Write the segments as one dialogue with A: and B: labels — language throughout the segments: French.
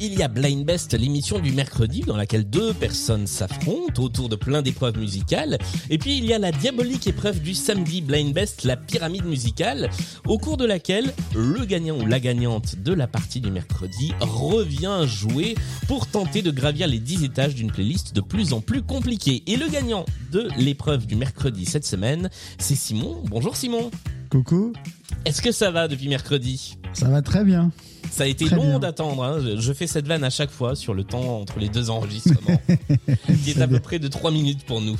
A: Il y a Blind Best, l'émission du mercredi dans laquelle deux personnes s'affrontent autour de plein d'épreuves musicales. Et puis il y a la diabolique épreuve du samedi Blind Best, la pyramide musicale, au cours de laquelle le gagnant ou la gagnante de la partie du mercredi revient jouer pour tenter de gravir les 10 étages d'une playlist de plus en plus compliquée. Et le gagnant de l'épreuve du mercredi cette semaine, c'est Simon. Bonjour Simon.
B: Coucou,
A: Est-ce que ça va depuis mercredi
B: ça va très bien.
A: Ça a été
B: Très
A: long
B: bien.
A: d'attendre. hein. Je- Je fais cette vanne à chaque fois sur le temps entre les deux enregistrements, qui est à peu près de 3 minutes pour nous.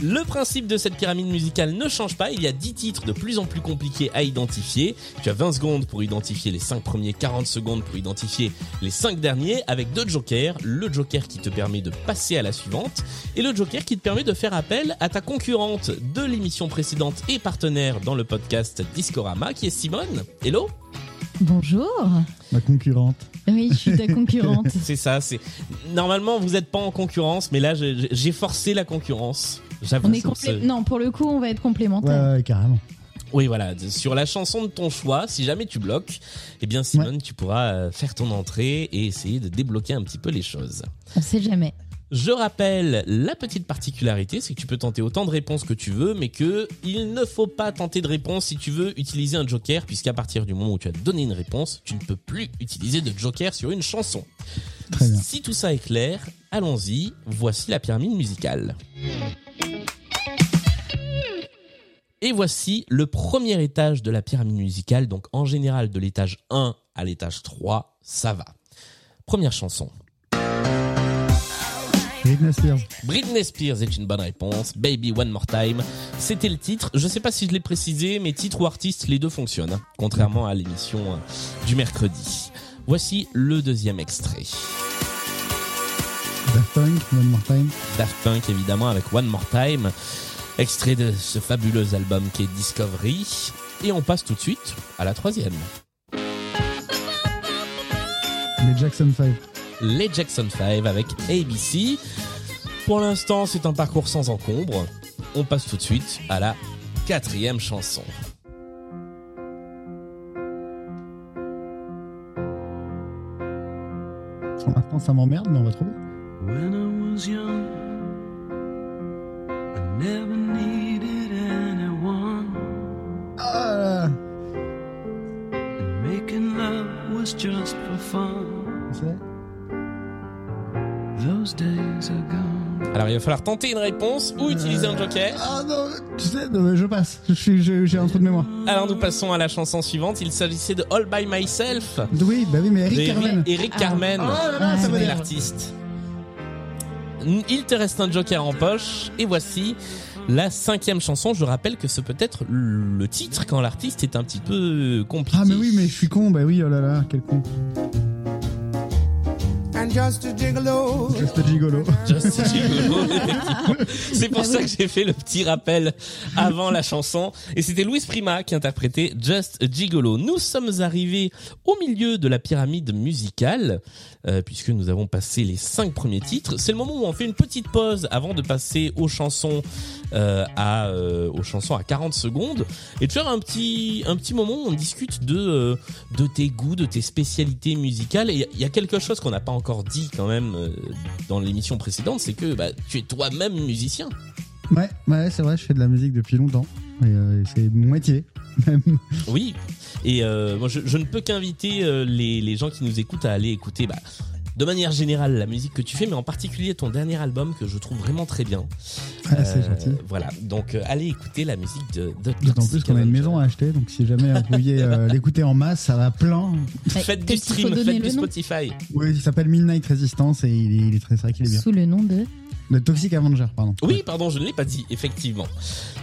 A: Le principe de cette pyramide musicale ne change pas, il y a 10 titres de plus en plus compliqués à identifier. Tu as 20 secondes pour identifier les 5 premiers, 40 secondes pour identifier les 5 derniers, avec deux jokers. Le joker qui te permet de passer à la suivante, et le joker qui te permet de faire appel à ta concurrente de l'émission précédente et partenaire dans le podcast Discorama, qui est Simone. Hello
C: Bonjour.
B: Ma concurrente.
C: Oui, je suis ta concurrente.
A: C'est ça, c'est. Normalement, vous n'êtes pas en concurrence, mais là, je- je- j'ai forcé la concurrence. J'avoue.
C: On est
A: sur
C: complé-
A: ce-
C: Non, pour le coup, on va être
B: Ouais,
C: complémentaires.
B: ouais, carrément.
A: Oui, voilà. de- Sur la chanson de ton choix, si jamais tu bloques, eh bien, Simone, tu pourras euh, faire ton entrée et essayer de débloquer un petit peu les choses.
C: On sait jamais.
A: Je rappelle la petite particularité, c'est que tu peux tenter autant de réponses que tu veux, mais que il ne faut pas tenter de réponse si tu veux utiliser un joker, puisqu'à partir du moment où tu as donné une réponse, tu ne peux plus utiliser de joker sur une chanson.
B: Très bien.
A: Si tout ça est clair, allons-y, voici la pyramide musicale. Et voici le premier étage de la pyramide musicale, donc en général de l'étage 1 à l'étage 3, ça va. Première chanson.
B: Britney Spears.
A: Britney Spears est une bonne réponse. Baby One More Time, c'était le titre. Je sais pas si je l'ai précisé, mais titre ou artiste, les deux fonctionnent, hein, contrairement à l'émission euh, du mercredi. Voici le deuxième extrait.
B: Daft Punk. One More Time.
A: Daft Punk évidemment avec One More Time, extrait de ce fabuleux album qui est Discovery. Et on passe tout de suite à la troisième.
B: Les Jackson 5.
A: Les Jackson 5 avec ABC. Pour l'instant, c'est un parcours sans encombre. On passe tout de suite à la quatrième chanson.
B: Pour l'instant, ça m'emmerde, mais on va trouver.
D: When I was young, I never needed anyone.
B: Ah,
D: And making love was just for fun.
B: c'est vrai
D: Those days are gone.
A: Alors il va falloir tenter une réponse ou utiliser un joker.
B: Ah non, tu sais, non, mais je passe. Je suis- je- J'ai un trou de mémoire.
A: Alors nous passons à la chanson suivante. Il s'agissait de All By Myself.
B: Oui, bah oui, mais Eric
A: d'Eric-
B: Carmen.
A: Eric
C: Ah.
A: Carmen.
B: là là, ça
A: C'était
B: m'énerve.
A: l'artiste. Il te reste un joker en poche et voici la cinquième chanson. Je rappelle que ce peut être le titre quand l'artiste est un petit peu compliqué.
B: Ah, mais oui, mais je suis con. Bah oui, oh là là, quel con.
E: And just a gigolo.
B: Juste gigolo.
A: Just Gigolo, effectivement. C'est pour
C: Bah
A: ça
C: oui.
A: que j'ai fait le petit rappel avant la chanson. Et c'était Louis Prima qui interprétait Just Gigolo. Nous sommes arrivés au milieu de la pyramide musicale, euh, puisque nous avons passé les cinq premiers titres. C'est le moment où on fait une petite pause avant de passer aux chansons euh, à euh, aux chansons à 40 secondes et de faire un petit un petit moment où on discute de euh, de tes goûts, de tes spécialités musicales. Et il y a quelque chose qu'on n'a pas encore dit quand même euh, dans l'émission précédente, c'est que bah, tu es toi-même musicien.
B: Ouais, ouais, c'est vrai, je fais de la musique depuis longtemps. Et euh, c'est moitié, même.
A: Oui. Et euh, moi, je, je ne peux qu'inviter euh, les, les gens qui nous écoutent à aller écouter. Bah, de manière générale, la musique que tu fais, mais en particulier ton dernier album que je trouve vraiment très bien.
B: Ah, c'est
A: Euh,
B: gentil.
A: Voilà, donc euh, allez écouter la musique de, de
B: D'autant
A: Toxic
B: plus qu'on a une
A: Avenger.
B: maison hein. à acheter, donc si jamais vous pouviez euh, l'écouter en masse, ça va plein.
A: Faites du
C: Bah, Peut-être qu'il faut
A: stream,
C: donner
A: faites
C: le
A: du
C: nom.
A: Spotify.
B: Oui, il s'appelle Midnight Resistance et il est, il est très, c'est vrai qu'il est bien.
C: Sous le nom de.
B: Le Toxic Avenger, pardon.
A: Oui, pardon, je ne l'ai pas dit, effectivement.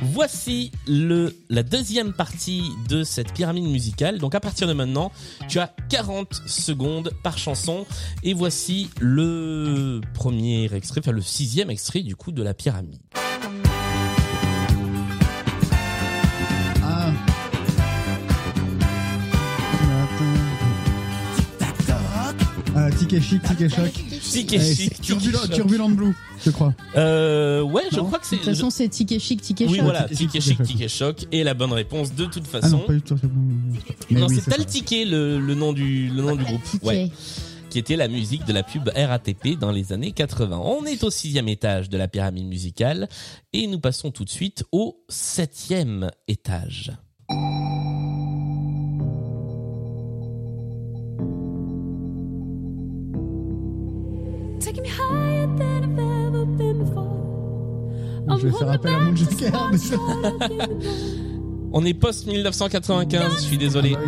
A: Voici le, la deuxième partie de cette pyramide musicale. Donc à partir de maintenant, tu as 40 secondes par chanson. Et voici le premier extrait, enfin le sixième extrait du coup de la pyramide.
B: Ah. Attends. Euh, tic et chic, tic et choc.
A: Chic
B: Eh,
A: et
B: c'est
A: chic.
B: Turbulent, Turbulent Blue, je crois.
A: Euh, ouais, je
B: Non.
A: crois que
C: De
A: c'est.
C: toute façon, c'est ticket chic, ticket
A: Oui,
C: choc.
A: voilà,
B: Tic et
A: ticket
B: Choc.
A: chic, ticket choc. Et la bonne réponse de toute
B: Ah non,
A: façon.
B: pas du tout. Mais
A: Non,
B: oui,
A: c'est
B: ça.
A: Taltiquet le, le nom du le nom du groupe.
C: Ticket.
A: Ouais. qui était la musique de la pub RATP dans les années 80. On est au sixième étage de la pyramide musicale et nous passons tout de suite au septième étage.
F: Taking me higher than I've ever been before.
B: Je vais faire appel à mon joker. mais ça-
A: On est post 1995, je suis
B: Ah
A: désolé.
F: You're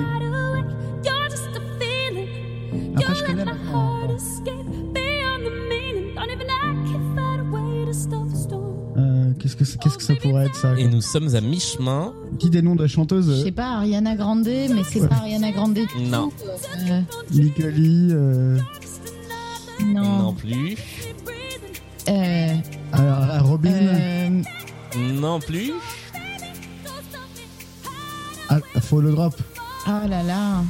F: just a feeling.
B: bah Après, je
F: Let
B: connais
F: my
B: maintenant.
F: heart escape beyond the meaning. Don't even I can find a way to stop the storm.
B: Euh, Qu'est-ce que, c'est- qu'est-ce que ça pourrait être, ça
A: Et nous sommes à mi-chemin.
B: Qui des noms de
C: Je
B: chanteuses euh,
C: sais pas, Ariana Grande, mais c'est pas Ariana Grande du tout.
A: Non.
C: Euh,
B: Nicoli, euh,
C: non.
A: Non plus.
C: Euh,
B: euh, Robin,
C: euh,
A: Non plus.
B: ah, faut le drop.
C: oh là là,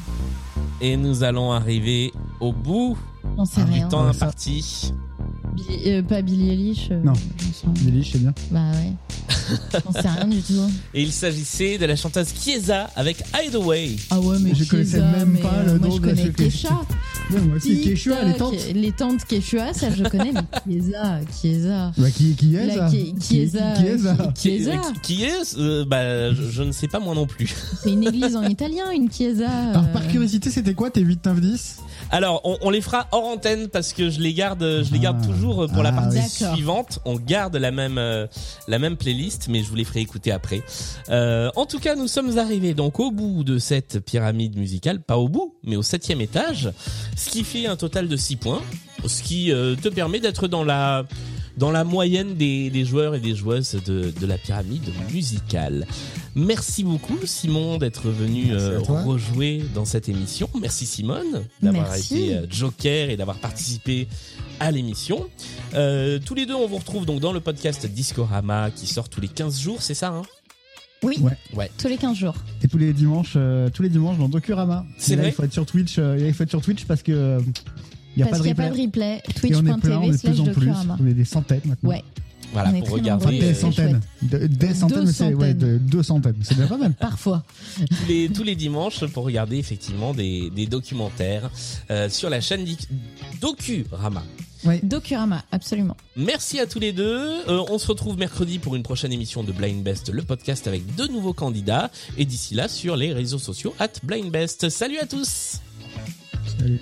A: Et nous allons arriver au bout
C: on sait
B: Ah,
A: du
C: rien.
A: temps
B: Ouais, ça-
A: imparti.
C: Billy- euh, pas Billie Eilish. euh,
B: Non.
C: je sais pas.
B: Billy, je sais bien.
C: Bah ouais. On sait rien du tout.
A: Et il s'agissait de la chanteuse Chiesa avec Hideaway.
C: Ah ouais, mais
B: Je
C: Kiza,
B: connaissais même
C: mais,
B: pas
C: euh,
B: le
C: moi,
B: nom
C: je
B: de la
C: connais
B: chocolaterie.
C: Kesha.
B: Ouais, moi aussi, Ah, Quechua, les tantes.
C: Tic-tac, Les tantes Quechua, ça je connais, mais Kiesa, Kiesa.
B: Bah, qui, qui est
C: La
B: ça
C: qui- qui hein est ça
B: Qui hein est ça
C: Chiesa.
A: Qui est euh, Bah, je, je ne sais pas moi non plus.
C: C'est une église en italien, une Chiesa.
B: Alors,
C: euh,
B: par curiosité, c'était quoi tes 8, 9, 10
A: Alors, on, on les fera hors antenne parce que je les garde, euh, je les garde
B: Ah.
A: toujours pour la
B: Ah,
A: partie
C: oui. D'accord.
A: suivante. On garde la même, euh, la même playlist, mais je vous les ferai écouter après. Euh, en tout cas, nous sommes arrivés donc au bout de cette pyramide musicale, pas au bout, mais au septième étage, ce qui fait un total de 6 points, ce qui euh, te permet d'être dans la dans la moyenne des, des joueurs et des joueuses de, de la pyramide musicale. Merci beaucoup Simon d'être venu
B: Merci à
A: euh,
B: toi.
A: rejouer dans cette émission. Merci Simone d'avoir
C: Merci.
A: été euh, joker et d'avoir participé à l'émission. Euh, tous les deux, on vous retrouve donc dans le podcast Discorama qui sort tous les 15 jours, c'est ça hein
C: Oui,
B: Ouais.
A: Ouais.
C: tous les 15 jours.
B: Et tous les dimanches, euh, tous les dimanches dans Dokurama.
A: C'est
B: Et là,
A: vrai
B: il faut être sur Twitch. euh, et là, il faut être sur Twitch parce que euh, il y a
C: Parce
B: pas de
C: qu'il n'y a
B: replay.
C: pas de replay.
B: et on est plein, on est de
C: Twitch.tv
B: plus
C: slash
B: en plus.
C: Docurama.
B: On est des centaines maintenant.
C: Ouais,
A: Voilà,
C: On est
A: pour
C: très
B: Enfin,
A: regarder
C: nombreux.
B: des
A: euh,
C: C'est
B: centaines. De- des
C: Deux
B: centaines, mais c'est ouais,
C: centaines.
B: de- deux centaines. C'est déjà pas mal.
C: parfois.
A: tous, les, tous les dimanches pour regarder effectivement des, des documentaires euh, sur la chaîne Dic- Docurama.
C: Docurama, absolument.
A: Merci à tous les deux. Euh, on se retrouve mercredi pour une prochaine émission de Blind Best, le podcast avec deux nouveaux candidats. Et d'ici là, sur les réseaux sociaux, at Blind Best. Salut à tous!
B: Salut.